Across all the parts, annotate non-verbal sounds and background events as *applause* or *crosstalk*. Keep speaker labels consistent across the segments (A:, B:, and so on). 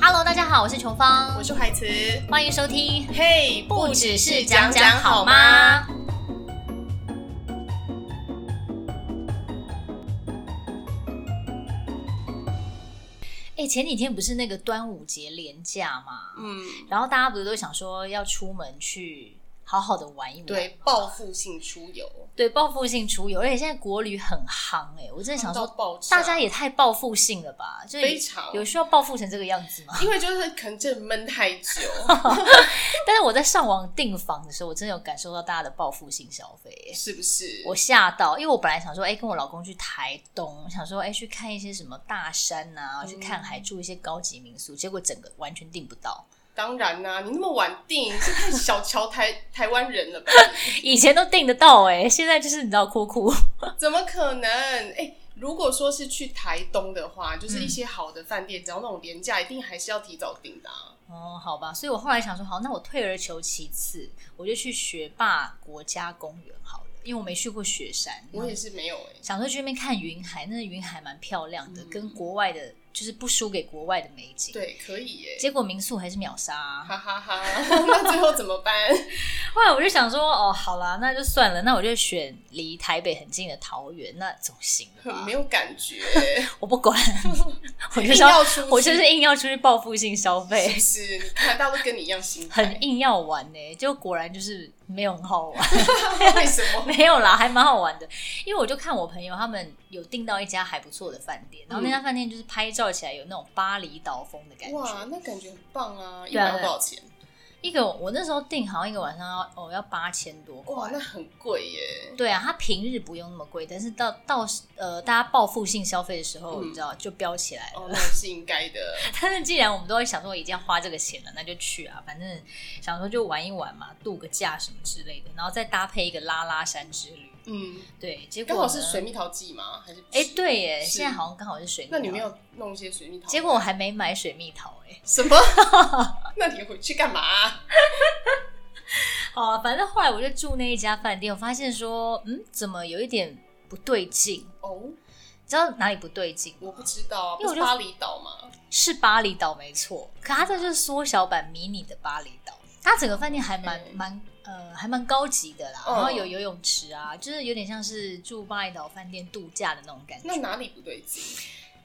A: Hello，大家好，我是琼芳
B: 我，是海慈。
A: 欢迎收听。
B: 嘿、
A: 不只是讲讲好？吗？哎、前几天不是那个端午节连假嘛，
B: 嗯，
A: 然后大家不是都想说要出门去好好的玩一玩，
B: 对，报复性出游，
A: 对，报复性出游，而且现在国旅很夯哎、我真的想
B: 到
A: 说，
B: 爆炸
A: 大家也太报复性了吧？就是
B: 非常
A: 有需要报复成这个样子吗？
B: 因为就是可能真的闷太
A: *laughs*
B: 久，
A: 但是我在上网订房的时候，我真的有感受到大家的报复性消费、欸，
B: 是不是？
A: 我吓到，因为我本来想说，哎、跟我老公去台东，想说，哎、去看一些什么大山啊，去看
B: 嗯
A: 海，住一些高级民宿，结果整个完全订不到。
B: 当然啦、你那么晚
A: *laughs*
B: 定，是太小瞧台台湾人了吧？
A: 以前都订得到、哎，现在就是你知道，哭哭。
B: 怎么可能？哎、如果说是去台东的话，
A: 嗯
B: 就是一些好的饭店，只要那种廉价，一定还是要提早订的、啊。
A: 哦，好吧，所以我后来想说，好，那我退而求其次，我就去学霸国家公园好了，因为我没去过雪山，
B: 我也是没有哎、
A: 想说去那边看云海，那个云海蛮漂亮
B: 嗯
A: 的，跟国外的，就是不输给国外的美景。，
B: 对，可以耶、
A: 结果民宿还是秒杀、啊。
B: 哈哈 *laughs* 哈！那最后怎么办？ *laughs*
A: 后来我就想说，哦，好啦，那就算了，那我就选离台北很近的桃园，那总行了
B: 很
A: 吧
B: 没？有感觉，
A: 我不
B: *laughs*
A: 管，我就
B: 硬
A: 是要，
B: 出去，
A: 我就是硬要出去报复性消费，
B: 是不是？你看，大家都跟你一样心态，
A: 很硬要玩呢、就果然就是没有很好玩， *laughs*
B: 为什么？
A: 没有啦，还蛮好玩的。因为我就看我朋友他们有订到一家还不错的饭店，然后那家饭店就是拍照起来有那种巴厘岛风的感
B: 嗯哇
A: 觉。，
B: 那感觉很棒啊！一
A: 对啊
B: 晚要多少钱？
A: 一个我那时候订好像一个晚上要哦要八千多块，
B: 哇，那很贵耶！
A: 对啊，它平日不用那么贵，但是到到呃大家报复性消费的时候，
B: 嗯
A: 你知道就飙起来了。 *laughs*
B: 哦，那也是应该的。
A: 但是既然我们都会想说一定要花这个钱了，那就去啊，反正想说就玩一玩嘛，度个假什么之类的，然后再搭配一个拉拉山之旅。 *laughs*
B: 嗯，
A: 对，结果
B: 刚
A: 呢
B: 好是水蜜桃季吗？还是
A: 哎、对耶，
B: 是
A: 现在好像刚好是水蜜桃。
B: 那你没？有弄一些水蜜桃？
A: 结果我还没买水蜜桃哎、*laughs*
B: 什么？那你回去干嘛啊？
A: 好啊，反正后来我就住那一家饭店，我发现说，嗯，怎么有一点不对劲？
B: 哦，
A: 你知道哪里不对劲吗？
B: 我不知道啊，
A: 因为
B: 不
A: 我
B: 是
A: 就
B: 巴厘岛吗？
A: 是巴厘岛没错，可它这就是缩小版迷你的巴厘岛。它整个饭店还蛮
B: 嗯
A: 蛮呃还蛮高级的啦，
B: 嗯
A: 然后有游泳池啊，就是有点像是住巴厘岛饭店度假的那种感
B: 那
A: 觉，
B: 哪里不对劲？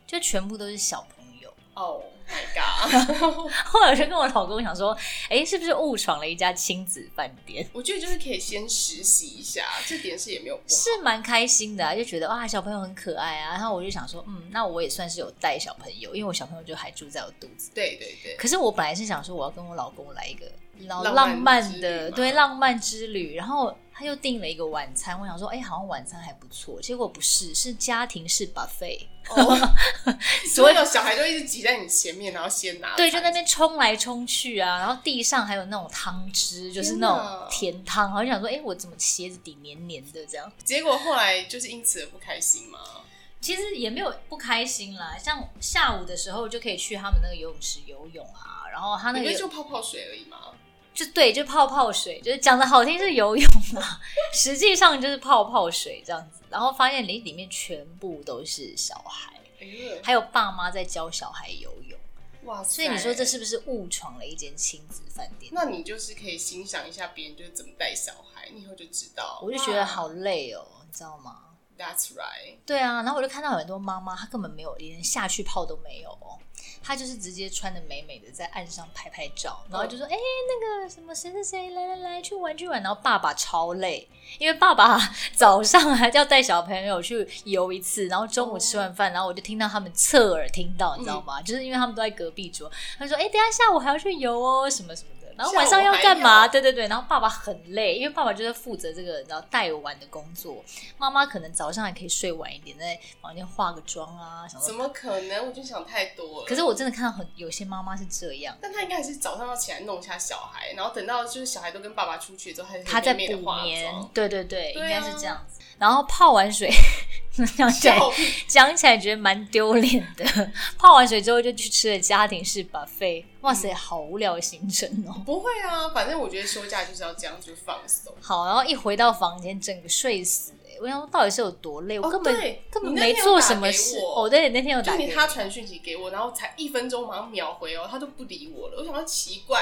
A: 就全部都是小朋友。 *laughs*
B: 哦、oh,，My God！
A: 后来我就跟我老公想说，哎，是不是误闯了一家亲子饭店？
B: 我觉得就是可以先实习一下，这点是也没有不好。
A: 是蛮开心的、啊，就觉得哇，小朋友很可爱啊。然后我就想说，嗯，那我也算是有带小朋友，因为我小朋友就还住在我肚子
B: 对对对，
A: 可是我本来是想说，我要跟我老公来一个老
B: 浪漫
A: 浪漫
B: 之
A: 的，
B: 旅嘛
A: 对浪漫之旅。然后他又订了一个晚餐，我想说，哎、好像晚餐还不错。结果不是，是家庭式 buffet， *laughs*
B: 哦，所有小孩都一直挤在你前面，然后先拿。
A: 对，就那边冲来冲去啊，然后地上还有那种汤汁，就是那
B: 天
A: 种
B: 哪
A: 甜汤。然后就想说，哎、我怎么鞋子底黏黏的这样？
B: 结果后来就是因此而不开心嘛。
A: 其实也没有不开心啦，像下午的时候就可以去他们那个游泳池游泳啊，然后他那
B: 你
A: 个
B: 不是
A: 游
B: 就泡泡水而已吗？
A: 就对，就泡泡水，就是讲的好听是游泳啊，实际上就是泡泡水这样子。然后发现里里面全部都是小孩，
B: 哎呦，
A: 还有爸妈在教小孩游泳，
B: 哇塞！
A: 所以你说这是不是误闯了一间亲子饭店？
B: 那你就是可以欣赏一下别人就是怎么带小孩，你以后就知道。
A: 我就觉得
B: 哇
A: 好累哦，你知道吗？
B: ，That's right。
A: 对啊，然后我就看到很多妈妈，她根本没有连下去泡都没有哦，她就是直接穿的美美的在岸上拍拍照，然后就说：“哎、那个什么谁谁谁，来来来，去玩去玩。”然后爸爸超累，因为爸爸早上还要带小朋友去游一次，然后中午吃完饭，然后我就听到他们侧耳听到，你知道吗？就是因为他们都在隔壁桌，他就说：“哎、等一下下午还要去游哦，什么什么的。”然后晚上要哎干
B: 下午还
A: 嘛？
B: 要
A: 对对对，然后爸爸很累，因为爸爸就是负责这个然后带玩的工作，妈妈可能早上还可以睡晚一点，在房间化个妆啊什
B: 怎
A: 么。
B: 么可能？我就想太多了。
A: 可是，我真的看到很有些妈妈是这样，
B: 但他应该还是早上要起来弄一下小孩，然后等到就是小孩都跟爸爸出去之后，
A: 她
B: 他
A: 在
B: 在
A: 补
B: 面面地化
A: 眠 *laughs*
B: 妆。，
A: 对对对，
B: 对啊
A: 应该是这样子。然后泡完水， *laughs* 讲起来
B: 笑屁
A: 讲起来觉得蛮丢脸的。 *laughs* 泡完水之后就去吃了家庭式 buffet，哇塞，好无聊的行程哦。
B: 不会啊，反正我觉得休假就是要这样，就是放松。
A: 好，然后一回到房间，整个睡死、欸。我想说到底是有多累，我
B: 哦
A: 根本、
B: 对
A: 根本
B: 你那天
A: 没
B: 有
A: 做
B: 打
A: 什么
B: 给
A: 事。
B: 我
A: 哦，对，那天有
B: 就
A: 打给
B: 你他
A: 你
B: 传讯息给我，然后才一分钟马上秒回哦，他就不理我了。我想要奇
A: *laughs*
B: 怪，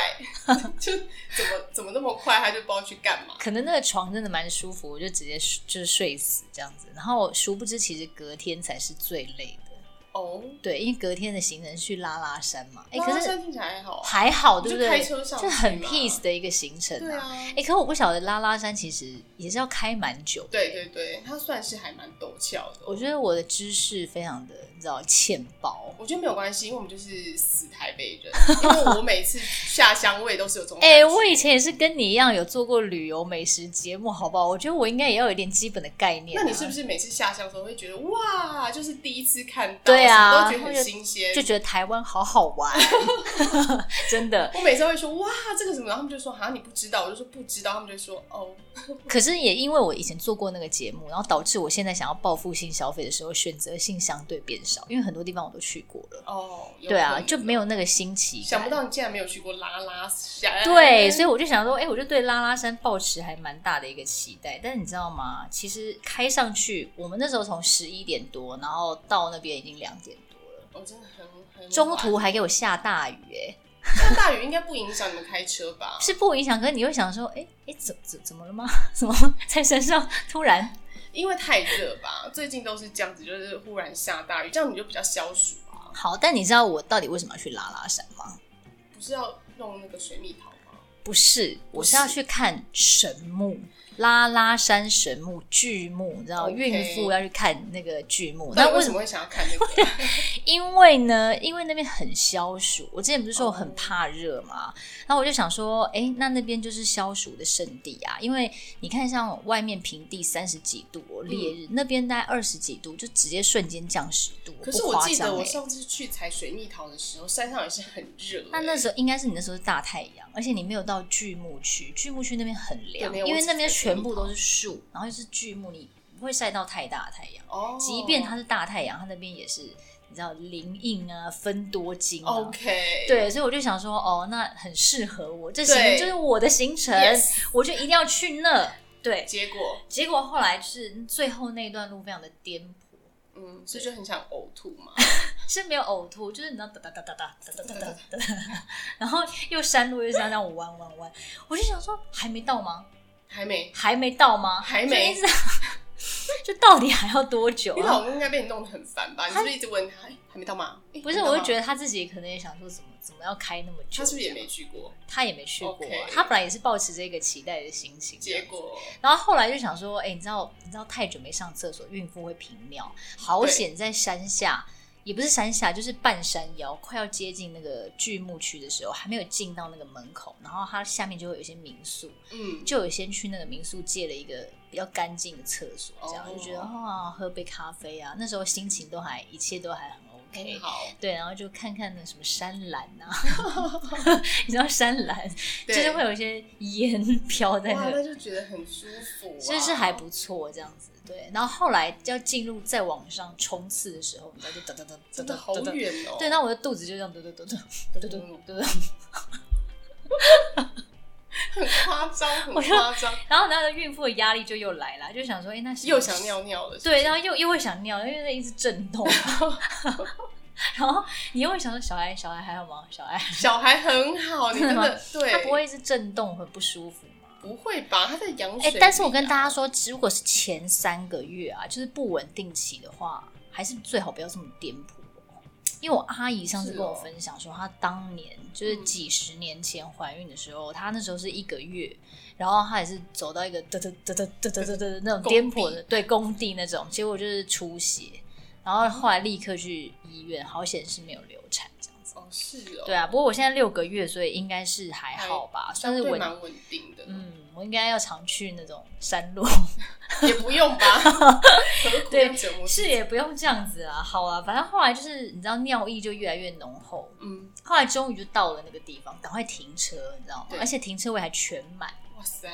B: 就怎么怎么那么快，他就不知道去干嘛。
A: 可能那个床真的蛮舒服，我就直接睡就是睡死这样子。然后殊不知，其实隔天才是最累的，
B: 哦，
A: 对，因为隔天的行程去拉拉山嘛，哎、
B: 那
A: 可
B: 他现在
A: 是
B: 听起来还好啊，
A: 还好，对
B: 你
A: 不
B: 就
A: 对？
B: 开车上
A: 就
B: 去
A: 很
B: 嘛
A: peace 的一个行程
B: 对啊，
A: 哎、可我不晓得拉拉山其实也是要开蛮久的。
B: 对对对，他算是还蛮陡峭的。
A: 我觉得我的知识非常的，你知道，欠薄。
B: 我觉得没有关系，因为我们就是死台北人，因为我每次下乡我也都是有这种感
A: 哎、
B: 觉。
A: 我以前也是跟你一样有做过旅游美食节目，好不好？我觉得我应该也要有一点基本的概念、
B: 那
A: 啊。
B: 你是不是每次下乡的时候会觉得哇，就是第一次看到，
A: 对啊
B: 什么都觉得很新鲜
A: 就。觉得台湾好好玩？ *laughs* 真的。
B: 我每次都会说哇，这个什么，然后他们就说啊你不知道，我就说不知道，他们就说哦，
A: 可是也因为我以前做过那个节目，然后导致我现在想要报复性消费的时候，选择性相对变少，因为很多地方我都去过了。
B: 哦，有
A: 对
B: 可
A: 啊，
B: 能
A: 就没有那个新奇感。
B: 想不到你竟然没有去过拉拉山，
A: 对，所以我就想说，哎、我就对拉拉山抱持还蛮大的一个期待。但是你知道吗？其实开上去，我们那时候从十一点多，然后到那边已经两点多了，
B: 我、真的很很
A: 中
B: 晚
A: 途还啊给我下大雨、哎，
B: 下大雨应该不影响你们开车吧？
A: *laughs* 是不影响，可是你会想说，哎、哎，怎怎怎么了吗？ *laughs* 怎么在山上突然？
B: 因为太热吧，最近都是这样子，就是忽然下大雨，这样你就比较消暑啊，
A: 好，但你知道我到底为什么要去拉拉山吗？
B: 不是要弄那个水蜜桃吗？
A: 不是，我是
B: 不是
A: 要去看神木。拉拉山神木巨木，你知道
B: OK
A: 孕妇要去看那个巨木，
B: 那
A: 那
B: 你
A: 为
B: 为
A: 什
B: 什
A: 么？
B: 么会想要看
A: *laughs*
B: 那个？
A: 因为呢，因为那边很消暑，我之前不是说我很怕热嘛，然后我就想说，哎，那那边就是消暑的圣地啊，因为你看像外面平地三十几度、哦，烈
B: 嗯
A: 日、那边大概二十几度，就直接瞬间降十度，
B: 可是
A: 不
B: 我
A: 夸
B: 记
A: 张
B: 得我
A: 欸
B: 上次去采水蜜桃的时候，山上也是很热、欸。
A: 那那时候应该是你那时候是大太阳，而且你没有到巨木区，巨木区那边很凉，
B: 对没有
A: 因为那边
B: 我只在
A: 全部都是树，然后又是巨木，你不会晒到太大的太阳。
B: 哦，
A: 即便它是大太阳，它那边也是你知道林荫啊、分多金啊。
B: 哦 OK，，
A: 对，所以我就想说，哦，那很适合我，这行
B: 对
A: 程就是我的行程
B: Yes
A: 我就一定要去那。对，
B: 结果
A: 结果后来就是最后那段路非常的颠簸，
B: 嗯，所以就很想呕吐嘛。
A: 是没有呕吐，就是你知道哒哒哒哒哒哒
B: 嗯
A: 哒哒哒哒， *laughs* 然后又山路又山这样弯弯弯，我就想说还没到吗？
B: 还没，
A: 还没到吗？
B: 还没
A: 就一直， *laughs* 就到底还要多久
B: 你
A: 啊？
B: 老公应该被你弄得很烦吧？你是不是一直问他，哎还没到吗？哎
A: 不是，
B: 还没到
A: 我
B: 吗
A: 就觉得他自己可能也想说，怎么怎么要开那么久？
B: 他是不是也没去过？
A: 他也没去过啊
B: OK
A: 他本来也是抱持这个期待的心情。
B: 结果
A: 然后后来就想说，哎、你知道，你知道太久没上厕所，孕妇会频尿，好
B: 对
A: 险在山下，也不是山下，就是半山腰，快要接近那个巨木区的时候，还没有进到那个门口，然后它下面就会有一些民宿，
B: 嗯，
A: 就有先去那个民宿借了一个比较干净的厕所，这样、
B: 哦
A: 就觉得哇，喝杯咖啡啊，那时候心情都还一切都还很 OK，、
B: 很好，
A: 对，然后就看看那什么山兰啊， *laughs* 你知道山兰就
B: 对
A: 是会有一些烟飘在
B: 哇，
A: 那，
B: 那就觉得很舒服啊，
A: 所以是还不错这样子。对，然后后来要进入再往上冲刺的时候，你知道就噔噔噔
B: 真
A: 噔
B: 的好
A: 噔噔，
B: 远哦。哦
A: 对，那我的肚子就这样噔噔噔噔噔噔噔噔，
B: 很夸张，很
A: 我就
B: 夸张，
A: 然后那个孕妇的压力就又来了，就想说，哎，那
B: 又想尿尿了。
A: 对，然后又又会想尿，因为那一直震
B: *laughs*
A: 动，然后你又会想说，小孩小孩还好吗？小孩
B: 小孩很好，你
A: 真的
B: 真
A: 吗
B: 的
A: *laughs*
B: 对，
A: 他不会一直震动很不舒服吗？
B: 不会吧？他在羊
A: 哎、
B: 水里啊，
A: 但是我跟大家说，如果是前三个月啊，就是不稳定期的话，还是最好不要这么颠簸哦。因为我阿姨上次
B: 是
A: 跟我
B: 哦嗯
A: 分享说，她当年就是几十年前怀孕的时候，她那时候是一个月，然后她也是走到一个嘚嘚嘚嘚嘚嘚嘚嘚那种
B: 工
A: 颠簸的，
B: 地
A: 对工地那种，结果就是出血，然后后来立刻去医院，好险是没有流产这样子。
B: 哦是哦，
A: 对，啊，不过我现在六个月，所以应该是还好吧，算是稳
B: 蛮稳定的，
A: 嗯，我应该要常去那种山路，
B: 也不
A: *laughs*
B: 用吧？何苦要
A: 对
B: 折磨自己？
A: *laughs* 是也不用这样子啊。好啊，反正后来就是你知道尿意就越来越浓厚，
B: 嗯，
A: 后来终于就到了那个地方，赶快停车，你知道吗？
B: 对
A: 而且停车位还全满，
B: 哇塞，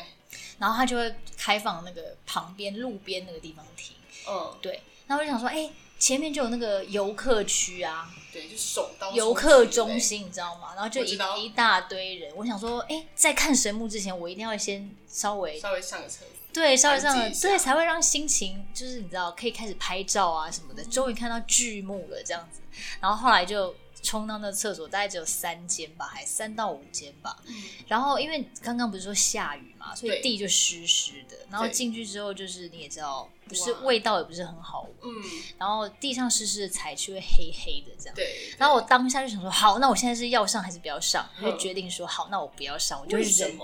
A: 然后他就会开放那个旁边路边那个地方停。
B: 嗯，
A: 对，那我就想说，哎、前面就有那个游客区啊，
B: 对，就手刀
A: 游客
B: 冲
A: 中
B: 击
A: 心，你知道吗？然后就
B: 我
A: 一
B: 知道
A: 一大堆人，我想说，哎、在看神木之前，我一定要先稍
B: 嘞，
A: 微
B: 稍微上个厕所，
A: 对，稍微上
B: 安
A: 的
B: 静一下
A: 对才会让心情就是你知道可以开始拍照啊什
B: 嗯
A: 么的，终于看到剧目了这样子。然后后来就冲到那厕所，大概只有三间吧，还三到五间吧。然后因为刚刚不是说下雨嘛，所以
B: 嗯对
A: 地就湿湿的。然后
B: 对
A: 进去之后，就是你也知道，不是
B: 哇
A: 味道也不是很好闻，
B: 嗯，
A: 然后地上湿湿的踩去会黑黑的这样。
B: 对。
A: 然后我当下就想说，好，那我现在是要上还是不要上？我就
B: 嗯
A: 决定说，好，那我不要上，我就
B: 为什
A: 忍。
B: 么？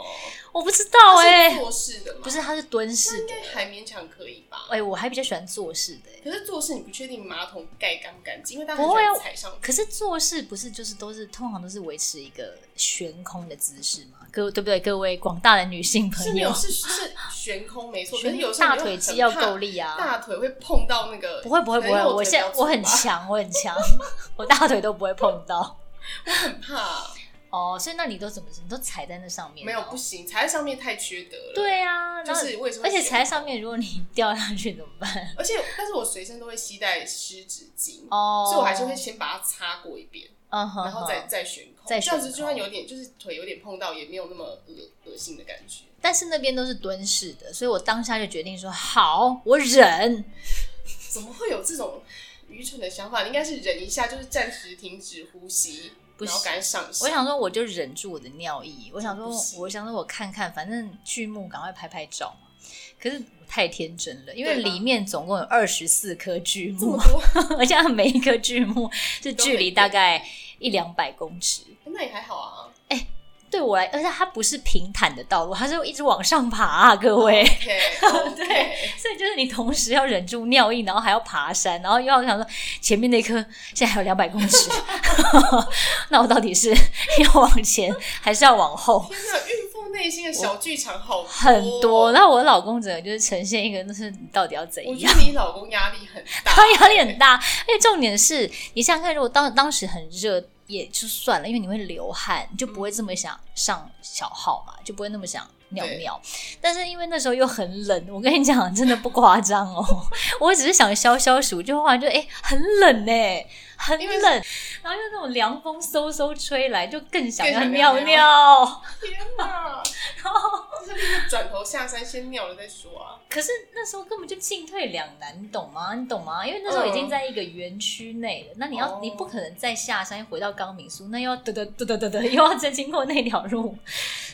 A: 我不知道哎、
B: 是做事的吗？
A: 不是，，它是蹲式
B: 应
A: 的。
B: 该还勉强可以吧
A: 哎、。我还比较喜欢坐式的、欸。
B: 可是做事你不确定马桶盖干不干净，因为它
A: 不会啊
B: 很喜欢踩上去。
A: 可是坐式不是就是都是通常都是维持一个悬空的姿势嘛？各位对不对？各位广大的女性
B: 是
A: 朋
B: 没
A: 友
B: 有，是是悬空没错，可
A: 悬
B: 是有时候
A: 大
B: 你又
A: 腿
B: 很
A: 肌要
B: 怕
A: 够力啊！
B: 大腿会碰到那个。
A: 不会不会不
B: 可
A: 会，
B: 能右
A: 我
B: 腿
A: 现
B: 比较粗
A: 我很
B: 吧，
A: 强，我很
B: *laughs*
A: 强，我大腿都不会碰到。
B: 很怕。
A: 哦，所以那你都怎么？你都踩在那上面？
B: 没有不。行，踩在上面太缺德了。，
A: 对啊，
B: 就
A: 然后
B: 是我也是会
A: 而且
B: 选
A: 踩在上面，如果你 *laughs* 掉下去怎么办？
B: 而且但是我随身都会携带湿纸巾，
A: 哦，
B: 所以我还是会先把它擦过一遍，
A: 嗯哼哼，
B: 然后再再悬空，
A: 再
B: 这
A: 悬
B: 样子
A: 空
B: 就算有点就是腿有点碰到，也没有那么恶恶心的感觉。
A: 但是那边都是蹲式的，所以我当下就决定说好，我忍。
B: 怎么会有这种愚蠢的想法？你应该是忍一下，就是暂时停止呼吸，
A: 不
B: 然后
A: 是
B: 赶紧上
A: 我
B: 线。
A: 想说，我就忍住我的尿意。我想说
B: 不，行
A: 我想说，我看看，反正剧目赶快拍拍照嘛。可是我太天真了，因为
B: 对吧
A: 里面总共有二十四颗剧
B: 这么
A: 目，
B: 多，
A: 而且它每一颗剧目是
B: 都
A: 距
B: 很
A: 离
B: 近
A: 大概一两百公尺。
B: 那也还好啊。
A: 对我来，而且它不是平坦的道路，它是一直往上爬、啊，各位。
B: 哦 OK，
A: 对
B: OK，
A: *laughs* 所以就是你同时要忍住尿意，然后还要爬山，然后又要想说前面那棵现在还有两百公尺， *laughs* 那我到底是 *laughs* 要往前还是要往后？
B: 天哪，孕妇内心的小剧场好
A: 很多。
B: 多。哦
A: 那我老公整个就是呈现一个，那是你到底要怎
B: 我觉
A: 样？
B: 得你老公压力很大，
A: *laughs*
B: 欸
A: 他压力很大，而且重点是你想想看，如果当当时很热。也就算了，因为你会流汗，你就不会这么想上小号嘛，就不会那么想尿尿。但是因为那时候又很冷，我跟你讲，真的不夸张
B: *laughs*
A: 哦，我只是想消消暑，就忽然就哎、很冷哎、很
B: 因为
A: 冷，然后又那种凉风嗖嗖吹来，就更想
B: 更
A: 要
B: 想
A: 尿
B: 尿
A: 尿。
B: 天哪！就是立刻转头下山，先尿了再说啊。
A: 可是那时候根本就进退两难，你懂吗？你懂吗？因为那时候已经在一个园区内了，那你要、
B: 哦
A: 你不可能再下山回到高明苏，那又要得得得得得得，
B: 哦
A: 又要再经过那条路。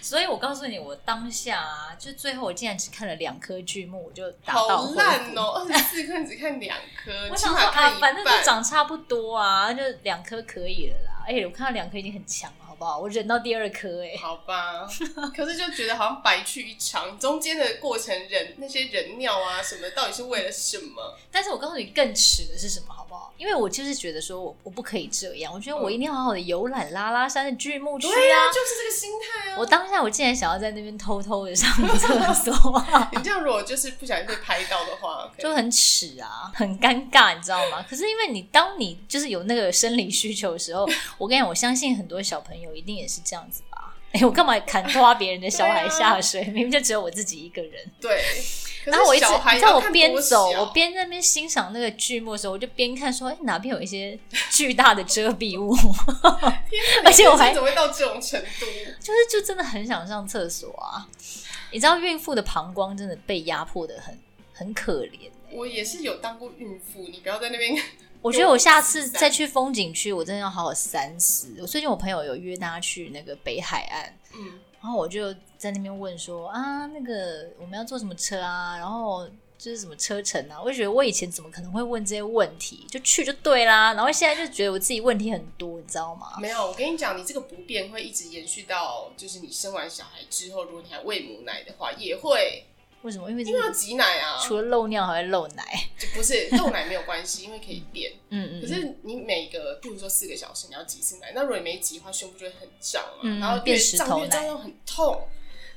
A: 所以我告诉你，我当下啊，就最后我竟然只看了两颗剧目，我就打道
B: 好
A: 回
B: 烂
A: 府。
B: 哦！二十四颗你只看两颗，
A: 我
B: 起
A: 想说
B: 码
A: 啊
B: 看一，
A: 反正都
B: 半。
A: 长差不多啊，就两颗可以了啦。哎、我看到两颗已经很强了，好不好？我忍到第二颗、哎，
B: 好 *laughs* 吧，可是就觉得好像白去一场，中间的过程忍那些人尿啊什么，到底是为了什么？
A: 但是我告诉你，更耻的是什么，好不好？因为我就是觉得说我我不可以这样，我觉得我一定要好好的游览拉拉山的剧目区
B: 对呀、
A: 啊。
B: 就是这个心态啊。
A: 我当下我竟然想要在那边偷偷的上厕所、啊，
B: 你这样如果就是不小心被拍到的 *laughs* 话，可以
A: 就很耻啊，很尴尬，你知道吗？可是因为你当你就是有那个生理需求的时候，我跟你讲，我相信很多小朋友一定也是这样子吧。哎、我干嘛砍拖别人的小孩下水？明明就只有我自己一个人。
B: 对。可
A: 然后我
B: 是
A: 一直，
B: 小孩
A: 你知道
B: 要
A: 我
B: 看
A: 边
B: 多
A: 走，
B: 小
A: 我
B: *laughs*
A: 边在那边欣赏那个剧目的时候，我就边看说，哎、哪边有一些巨大的遮蔽物， *laughs*
B: 天哪
A: 而且
B: 你
A: 我还
B: 人生怎么会到这种程度？
A: 就是就真的很想上厕所啊。你知道孕妇的膀胱真的被压迫的很很可怜。
B: 我也是有当过孕妇，你不要在那边 *laughs*
A: 我觉得我下次再去风景区，我真的要好好三思。我最近我朋友有约大家去那个北海岸，
B: 嗯
A: 然后我就在那边问说啊，那个我们要坐什么车啊？然后就是什么车程啊？我就觉得我以前怎么可能会问这些问题，就去就对啦。然后现在就觉得我自己问题很多，你知道吗？
B: 没有，我跟你讲，你这个不便会一直延续到，就是你生完小孩之后，如果你还喂母奶的话，也会，
A: 为什么？因为
B: 因为要挤奶啊，
A: 除了漏尿还会漏奶。
B: 就不是漏奶没有关系，因为可以垫。
A: 嗯嗯，
B: 可是你每个，譬如说四个小时你要挤一次奶，那如果你没挤的话，胸部就会很胀嘛，
A: 嗯
B: 然后越
A: 变石头
B: 胀越胀
A: 奶
B: 又很痛。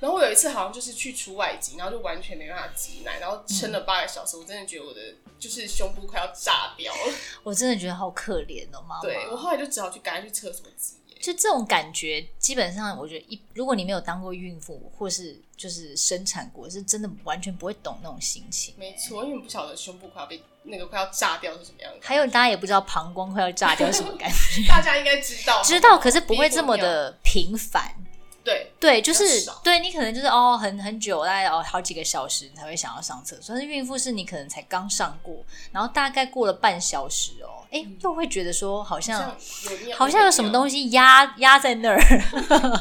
B: 然后我有一次好像就是去除外挤，然后就完全没办法挤奶，然后撑了八个小时，我真的觉得我的就是胸部快要炸掉了。
A: 我真的觉得好可怜哦，妈妈。
B: 对我后来就只好去赶快去厕所挤耶。
A: 就这种感觉，基本上我觉得一，如果你没有当过孕妇或是就是生产过，是真的完全不会懂那种心情。
B: 没
A: 嗯
B: 错，因为你不晓得胸部快要被那个快要炸掉是什么样的，
A: 还有大家也不知道膀胱
B: *laughs*
A: 快要炸掉什么感觉，
B: 大家应该知道，
A: 知道可是不会这么的频繁。
B: 对，
A: 对，就
B: 比
A: 是
B: 较少
A: 对你可能就是哦，很很久，大概哦好几个小时你才会想要上厕所。但是孕妇是你可能才刚上过，然后大概过了半小时哦，哎，
B: 嗯
A: 又会觉得说好像
B: 有尿
A: 好像有什么东西压压在那儿， *laughs*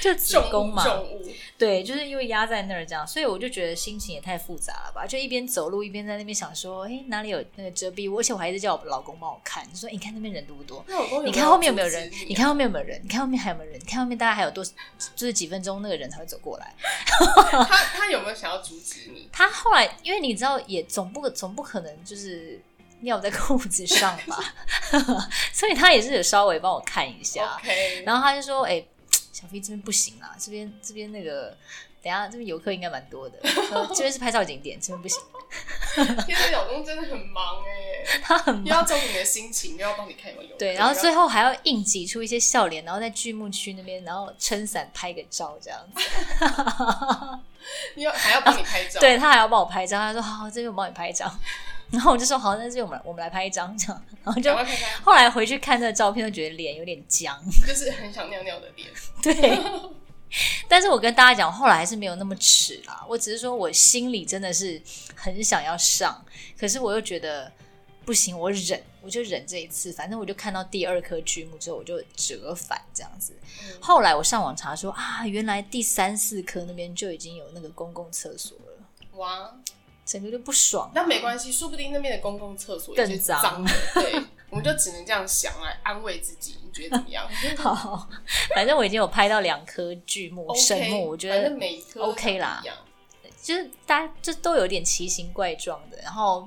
A: 就子
B: 重
A: 宫
B: 物
A: 嘛，
B: 重物，
A: 对，就是因为压在那儿这样，所以我就觉得心情也太复杂了吧，就一边走路一边在那边想说，哎，哪里有那个遮蔽物？而且我还是叫我老公帮我看，就说你看那边人多不多？
B: 那老公有没
A: 你看后面有没有
B: 阻止
A: 人？
B: 啊
A: 你看后面有没有人？你看后面还有没有人？你看后面大概还有多，就是几分钟那个人才会走过来。
B: 他他有没有想要阻止你？
A: 他后来，因为你知道，也总不总不可能就是尿在裤子上吧， *laughs* 所以他也是有稍微帮我看一下。
B: OK，
A: *laughs* 然后他就说：“哎、小飞这边不行啦，这边这边那个，等一下这边游客应该蛮多的，呃这边是拍照景点，这边不行。
B: 其实老公真的很忙哎、”
A: 他很
B: 又要照顾你的心情，又要帮你看有没有
A: 对，然后最后还要硬挤出一些笑脸，然后在剧目区那边，然后撑伞拍个照这样子。
B: 要还要帮你拍照，
A: 对他还要帮我拍照，他说好，这边我帮你拍一张，然后我就说好，那这边我们来我们来拍一张这样，然后就
B: 赶快拍拍，
A: 后来回去看那个照片，就觉得脸有点僵，
B: 就是很想尿尿的脸，
A: 对。
B: *laughs*
A: 但是我跟大家讲，后来还是没有那么迟啦。我只是说我心里真的是很想要上，可是我又觉得不行，我忍，我就忍这一次。反正我就看到第二颗剧目之后，我就折返这样子。
B: 嗯
A: 后来我上网查说啊，原来第三四颗那边就已经有那个公共厕所了，
B: 哇，
A: 整个就不爽。
B: 但没关系，说不定那边的公共厕所
A: 更
B: 也是
A: 脏
B: 脏的，对，我们就只能这样想来安慰自己，你觉得怎么样
A: 好，反正我已经有拍到两颗巨木、
B: ？OK，
A: 神木， *laughs* 我觉
B: 反
A: 得
B: 正每一颗
A: OK 啦
B: 都长得一样
A: 就是大家这都有点奇形怪状的，然后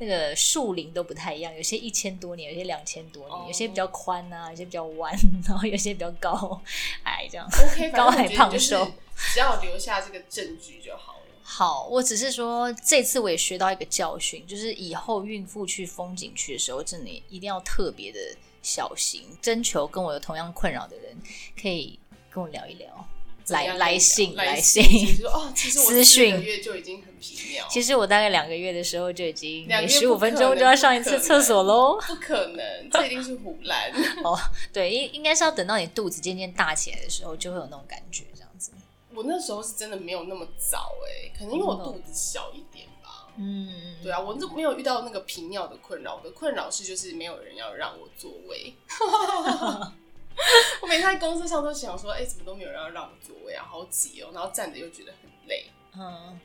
A: 那个树龄都不太一样，有些一千多年，有些两千多年
B: 哦
A: 有些比较宽啊，有些比较弯，然后有些比较高矮这样。
B: OK，
A: 高
B: 反正我觉得
A: 矮
B: 你
A: 胖
B: 就是
A: 瘦，
B: 只要留下这个证据就好了。
A: 好，我只是说这次我也学到一个教训，就是以后孕妇去风景区的时候，真的一定要特别的小心，征求跟我有同样困扰的人可以跟我聊一聊，
B: 怎么
A: 来
B: 样
A: 来
B: 跟你
A: 信
B: 讲来
A: 信。
B: 就是说哦，其实我
A: 私
B: 四
A: 讯
B: 个月就已经很疲妙，
A: 其
B: 实
A: 实我大概两个月的时候就已经
B: 两个
A: 每
B: 月
A: 十
B: 不
A: 五
B: 可
A: 分钟
B: 能
A: 就要上一
B: 不
A: 次
B: 可
A: 厕所
B: 能
A: 喽。
B: *laughs* 不可能，这一定是胡乱。
A: 哦， *laughs* 对，应应该是要等到你肚子渐渐大起来的时候，就会有那种感觉，这样子。
B: *laughs* 我那时候是真的没有那么早哎、可能因为我肚子小一点吧。
A: 嗯，
B: 对啊，我就没有遇到那个频尿的困扰。我的困扰是就是没有人要让我座位。 *laughs* 我每天在公司上都想说，哎、怎么都没有人要让我座位啊，好挤哦、然后站着又觉得很累，
A: 嗯，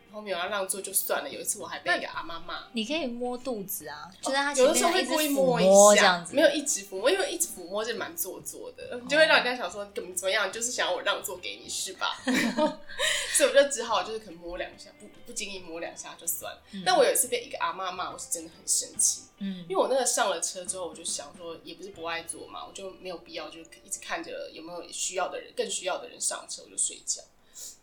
B: 然后没有人要让座就算了。有一次我还被一个阿妈骂，
A: 你可以摸肚子啊，就是它前
B: 哦有的时候
A: 面
B: 会
A: 一直
B: 故意
A: 抚
B: 摸一
A: 摸
B: 下，
A: 这样子，哦
B: 没有一直抚摸，因为一直抚摸就蛮做作的，就会让人家想说怎么怎么样，就是想要我让座给你是
A: *laughs*
B: 吧？ *laughs* 所以我就只好就是可能摸两下，不不经意摸两下就算了。但我有一次被一个阿妈骂，我是真的很生气，
A: 嗯
B: 因为我那个上了车之后，我就想说也不是不爱坐嘛，我就没有必要就一直看着有没有需要的人，更需要的人上车，我就睡觉。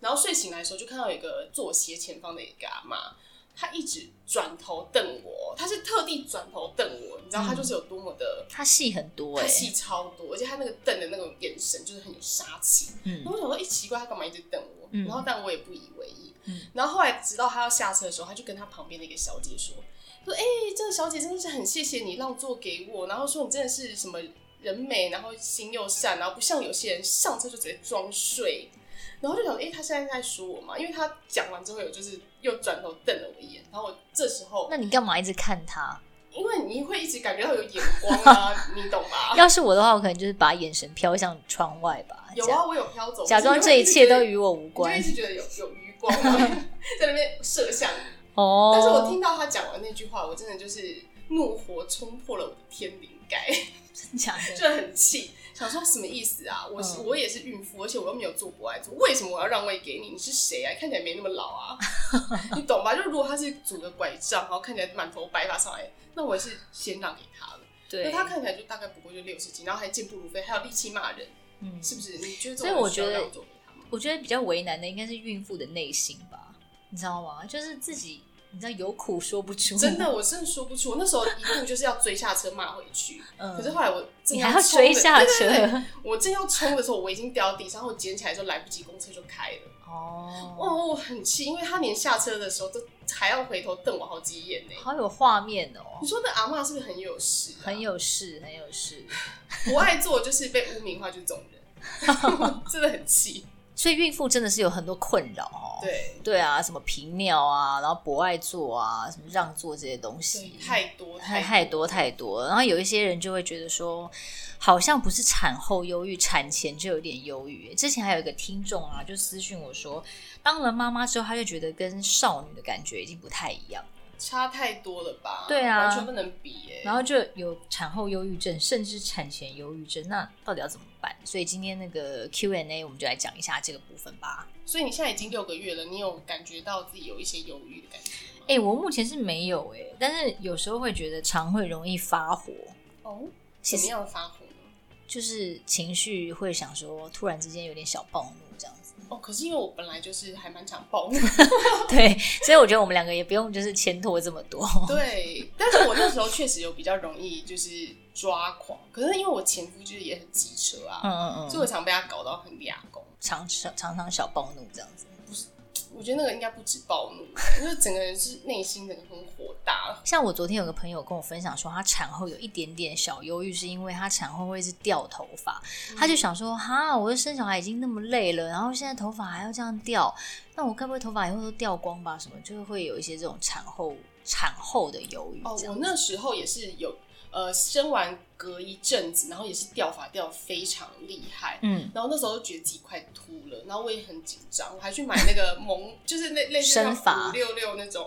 B: 然后睡醒来的时候，就看到有一个坐斜前方的一个阿妈，她一直转头瞪我，她是特地转头瞪我，你知道她就是有多么的，
A: 它戏很多
B: 她
A: 哎、
B: 戏超多，而且她那个瞪的那种眼神就是很有杀气。然
A: 嗯
B: 后我想说，一、奇怪，她干嘛一直瞪我？
A: 嗯
B: 然后但我也不以为意。
A: 嗯
B: 然后后来直到她要下车的时候，她就跟她旁边的一个小姐说：“说哎、这个小姐真的是很谢谢你让座给我，然后说你真的是什么人美，然后心又善，然后不像有些人上车就直接装睡。”然后就想，哎、她现在在说我嘛？因为她讲完之后有就是又转头瞪了我一眼，然后我这时候
A: 那，你干嘛一直看它？
B: 因为你会一直感觉到有眼
A: *laughs*
B: 光啊，你懂吧？
A: 要是我的话，我可能就是把眼神飘向窗外吧，
B: 有
A: 这样
B: 啊，我有飘走，
A: 假装这一切都与我无
B: 我就
A: 关
B: 一直觉得有有余光
A: *laughs*
B: 在那边射向你。
A: 哦。
B: 但是我听到他讲完那句话，我真的就是怒火冲破了我的天灵
A: *laughs*
B: 盖，
A: 真假的，
B: 就很气，想说什么意思啊？我是、
A: 嗯
B: 我也是孕妇，而且我又没有做不爱做，为什么我要让位给你？你是谁啊？你看起来没那么老
A: *laughs*
B: 啊，你懂吧？就如果他是拄个拐杖，然后看起来满头白发上来，那我也是先让给他了。
A: 对，
B: 那他看起来就大概不过就六十几，然后还健步如飞，还有力气骂人，
A: 嗯，
B: 是不是？你觉得
A: 所以我觉得
B: 要做给他吗？
A: 我觉得比较为难的应该是孕妇的内心吧，你知道吗？就是自己，你知道有苦说不出，
B: 真的，我真的说不出。我那时候一度就是要追下车骂回去，
A: 嗯
B: 可是后来我正
A: 你还要
B: 冲的
A: 追下车
B: 对对对我正要冲的时候，我已经掉到地上，然后我捡起来的时候来不及，公车就开了。
A: 哦
B: 哦，我很气，因为他连下车的时候都还要回头瞪我好几眼呢。
A: 好有画面哦
B: 你，说那阿嬷是不是很有事、 *laughs*
A: 很，有事，很有事。
B: 不爱做就是被污名化，就是这种人。
A: *laughs*
B: 真的很气。
A: 所以孕妇真的是有很多困扰哦。
B: 对，
A: 对啊，什么频尿啊，然后不爱做啊，什么让座这些东西
B: 对，，太多
A: 太太多太多。然后有一些人就会觉得说，好像不是产后忧郁，产前就有点忧郁。之前还有一个听众啊，就私讯我说，当了妈妈之后，她就觉得跟少女的感觉已经不太一样，
B: 差太多了吧？
A: 对啊
B: 完全不能比耶、
A: 然后就有产后忧郁症，甚至产前忧郁症。那到底要怎么办？所以今天那个 Q&A 我们就来讲一下这个部分吧。
B: 所以你现在已经六个月了，你有感觉到自己有一些忧郁的感觉吗？
A: 哎、我目前是没有哎、但是有时候会觉得常会容易发火，
B: 哦，
A: 其
B: 怎
A: 实
B: 么样发火呢？
A: 就是情绪会想说，突然之间有点小暴怒这样子。
B: 哦，可是因为我本来就是还蛮常暴怒， *laughs*
A: 对，所以我觉得我们两个也不用就是牵拖这么多。
B: 对，但是我那时候确实有比较容易就是抓狂，可是因为我前夫就是也很机车啊，
A: 嗯嗯
B: 所
A: 嗯，
B: 以我常被他搞到很俩公。
A: 常常常常小暴怒这样子。
B: 我觉得那个应该不止暴 *laughs* 怒，就是整个人是内心整个很火大。
A: 像我昨天有个朋友跟我分享说，她产后有一点点小忧郁，是因为她产后会是掉头发。
B: 嗯
A: 她就想说，哈，我生小孩已经那么累了，然后现在头发还要这样掉，那我该不会头发以后都掉光吧？什么就会有一些这种产后产后的忧郁
B: 哦
A: 这，
B: 我
A: 样。
B: 那时候也是有呃生完隔一阵子，然后也是掉发掉非常厉害。
A: 嗯，
B: 然后那时候就觉得自己快秃了，然后我也很紧张，我还去买
A: *laughs*
B: 那个蒙，就是那类似
A: 生发
B: 五六六那种，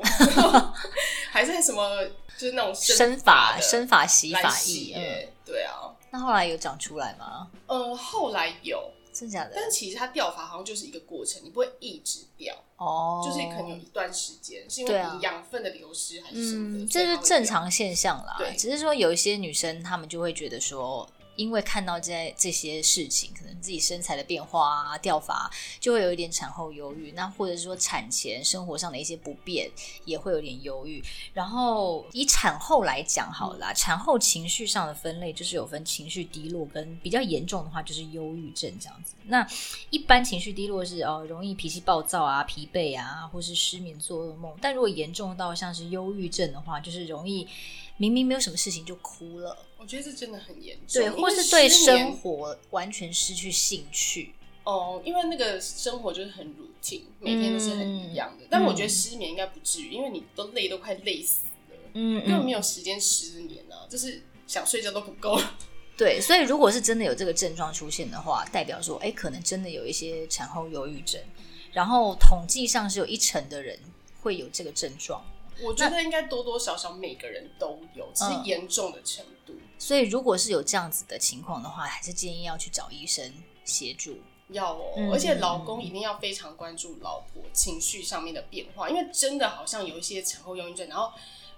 B: 还是什么，就是那种
A: 生
B: 发
A: 发
B: 的
A: 生发洗
B: 来
A: 发
B: 洗
A: 液，嗯，
B: 耶对啊，
A: 那后来有长出来吗？
B: 呃，后来有，
A: 真假的？
B: 但其实它掉发好像就是一个过程，你不会一直掉，
A: 哦，
B: 就是可能有一段时间是因
A: 对
B: 为
A: 啊
B: 你养分的流失还是什么的，
A: 嗯，
B: 所
A: 这
B: 以它
A: 是
B: 会
A: 正
B: 掉。
A: 常现象啦
B: 对。
A: 只是说有一些女生，她们就会觉得说，因为看到这些这些事情，可能自己身材的变化啊、掉发啊，就会有一点产后忧郁。那或者说产前生活上的一些不便，也会有点忧郁。然后以产后来讲好了啦，产后情绪上的分类就是有分情绪低落跟比较严重的话就是忧郁症这样子。那一般情绪低落是哦容易脾气暴躁啊、疲惫啊，或是失眠、做噩梦。但如果严重到像是忧郁症的话，就是容易明明没有什么事情就哭了，
B: 我觉得这真的很严重，
A: 对，
B: 因为
A: 或是对
B: 失
A: 生
B: 眠
A: 活完全失去兴趣。
B: 哦，因为那个生活就是很 routine，每天都是很
A: 嗯
B: 一样的。但我觉得失眠应该不至于，因为你都累都快累死了，
A: 嗯
B: 根本没有时间失眠啊，就是想睡觉都不够了。
A: 对，所以如果是真的有这个症状出现的话，代表说，哎，可能真的有一些产后忧郁症。然后统计上是有一成的人会有这个症状，
B: 我觉得应该多多少少每个人都有，只是
A: 嗯
B: 严重的程度。
A: 所以如果是有这样子的情况的话，还是建议要去找医生协助。
B: 要哦，
A: 嗯
B: 而且老公一定要非常关注老婆情绪上面的变化，因为真的好像有一些产后忧郁症，然后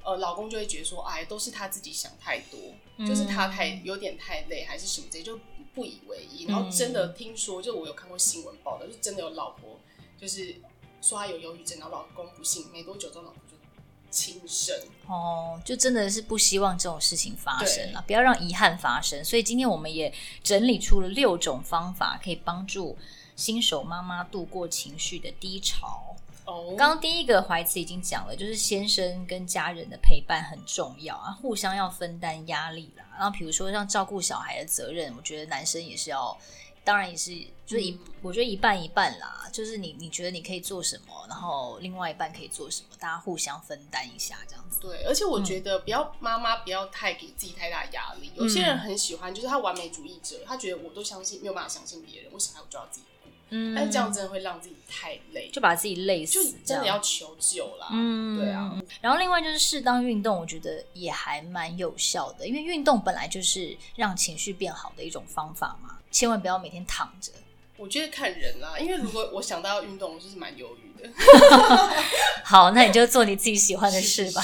B: 呃，老公就会觉得说，哎，都是他自己想太多，
A: 嗯
B: 就是他太有点太累还是什么之类，就不以为意。然后真
A: 嗯
B: 的听说，就我有看过新闻报道，就真的有老婆就是说她有忧郁症，然后老公不信，没多久之后老婆就轻生。
A: 哦，就真的是不希望这种事情发生啊了，不要让遗憾发生。所以今天我们也整理出了六种方法，可以帮助新手妈妈度过情绪的低潮。
B: 哦，
A: 刚刚第一个怀慈已经讲了，就是先生跟家人的陪伴很重要啊，互相要分担压力啦。然后比如说像照顾小孩的责任，我觉得男生也是要，当然也是就是一，
B: 嗯
A: 我觉得一半一半啦，就是你你觉得你可以做什么，然后另外一半可以做什么，大家互相分担一下这样子。
B: 对，而且
A: 嗯
B: 我觉得不要妈妈不要太给自己太大压力。有些人
A: 嗯
B: 很喜欢，就是他完美主义者，他觉得我都相信，没有办法相信别人，我小孩我就要自己顾。
A: 嗯
B: 但是这样真的会让自己太累，
A: 就把自己累
B: 就
A: 死，这
B: 真
A: 样
B: 的要求救啦。
A: 嗯，
B: 对啊。
A: 然后另外就是适当运动，我觉得也还蛮有效的，因为运动本来就是让情绪变好的一种方法嘛，千万不要每天躺着。
B: 我觉得看人啦，因为如果我想到要运动，我就是蛮忧郁的。
A: 好， *laughs* 那你就做你自己喜欢
B: *laughs*
A: 的事吧，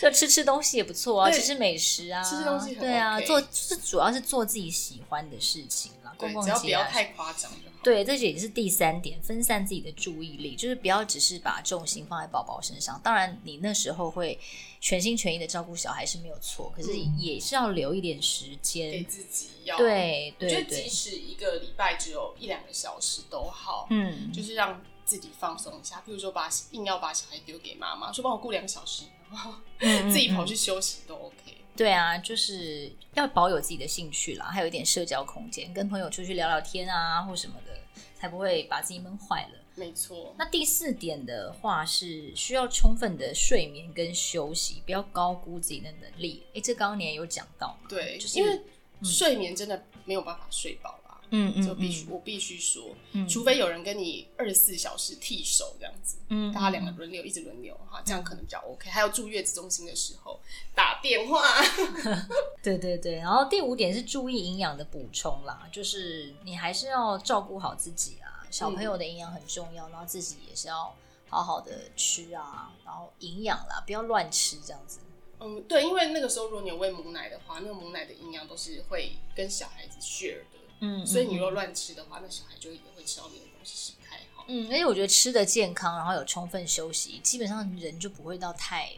A: 就吃吃东西也不错啊，
B: 对
A: 吃吃美食啊，
B: 吃吃东西很
A: 对啊，
B: OK
A: 做是主要是做自己喜欢的事情啦，
B: 对
A: 逛，逛
B: 只要不
A: 街
B: 要
A: 啊。
B: 太夸张就好。
A: 对，这也是第三点，分散自己的注意力，就是不要只是把重心放在宝宝身上。当然，你那时候会全心全意的照顾小孩是没有错，可是
B: 嗯
A: 也是要留一点时
B: 给
A: 间。
B: 自己要，
A: 对
B: 我觉
A: 对
B: 得即
A: 对，
B: 使一个礼拜只有一两个小时都好，
A: 嗯，
B: 就是让自己放松一下。譬如说把硬要把小孩丢给妈妈，说帮我顾两个小时，然后
A: 嗯
B: 自己
A: 嗯
B: 跑
A: 嗯
B: 去休息都 OK。
A: 对啊，就是要保有自己的兴趣啦，还有一点社交空间，跟朋友出去聊聊天啊，或什么的，才不会把自己闷坏了。
B: 没错，
A: 那第四点的话是需要充分的睡眠跟休息，不要高估自己的能力。诶，这刚刚你也有讲到嘛，
B: 对，
A: 就是
B: 因为睡眠真的没有办法睡饱啦，
A: 嗯
B: 就必须我必须说，
A: 嗯
B: 除非有人跟你二十四小时替手这样子，
A: 嗯
B: 大家两个轮流一直轮流哈，这样可能比较 OK。还有住月子中心的时候打电话，
A: 对对对，然后第五点是注意营养的补充啦，就是你还是要照顾好自己啊，小朋友的营养很重要，然后自己也是要好好的吃啊，然后营养啦，不要乱吃这样子。
B: 嗯，对，因为那个时候如果你有喂母奶的话，那个母奶的营养都是会跟小孩子 share 的，
A: 嗯
B: 所以你如果乱吃的话，那小孩就也会吃到你的东西，是不太好。
A: 嗯，而且我觉得吃的健康，然后有充分休息，基本上人就不会到太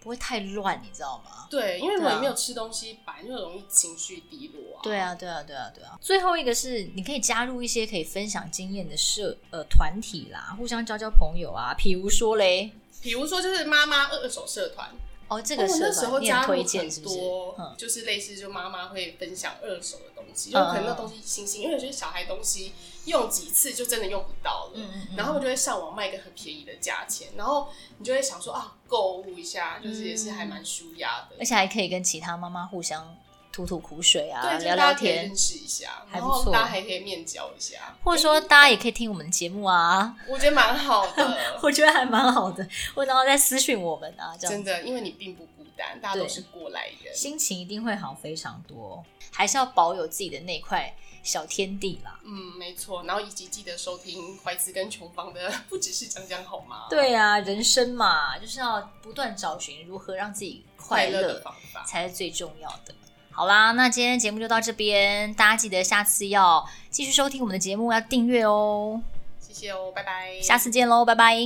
A: 不会太乱，你知道吗？
B: 对，因为如
A: 对
B: 果
A: 啊
B: 你没有吃东西，本来就容易情绪低落啊。
A: 对啊，对啊，对啊，对啊。最后一个是，你可以加入一些可以分享经验的社呃团体啦，互相交交朋友啊。比如说嘞，
B: 比如说就是妈妈二手社团，
A: 哦，这个
B: 哦我
A: 社
B: 那时候
A: 团你很
B: 加入
A: 推荐是
B: 很
A: 不是？
B: 多，
A: 嗯
B: 就是类似就妈妈会分享二手的东西，
A: 嗯
B: 就可能那东西新新，因为有些小孩东西用几次就真的用不到了，
A: 嗯嗯嗯
B: 然后他们就会上网卖一个很便宜的价钱，然后你就会想说啊，购物一下，就是也是还
A: 嗯
B: 蛮舒压的，
A: 而且还可以跟其他妈妈互相吐吐苦水啊，
B: 对，就
A: 聊
B: 是
A: 聊
B: 大家可以
A: 天
B: 认，识一下，
A: 还
B: 然
A: 不
B: 后
A: 错
B: 大家还可以面交一下，
A: 或者说大家也可以听我们的节目啊， *laughs*
B: 我觉得蛮好的。
A: 我觉得还蛮好的。或然后再私讯我们 *laughs* 啊，这样
B: 真
A: 子
B: 的，因为你并不孤单，大家都
A: 对
B: 是过来人。
A: 心情一定会好非常多。哦还是要保有自己的那块小天地啦。
B: 嗯，没错。然后以及记得收听怀慈跟琼芳的， *laughs* 不只是讲讲好吗？
A: 对啊，人生嘛，就是要不断找寻如何让自己快
B: 快乐
A: 乐
B: 的，方法。
A: 才是最重要的。好啦，那今天节目就到这边，大家记得下次要继续收听我们的节目，要订阅哦。
B: 谢谢哦，拜拜。
A: 下次见喽，拜拜。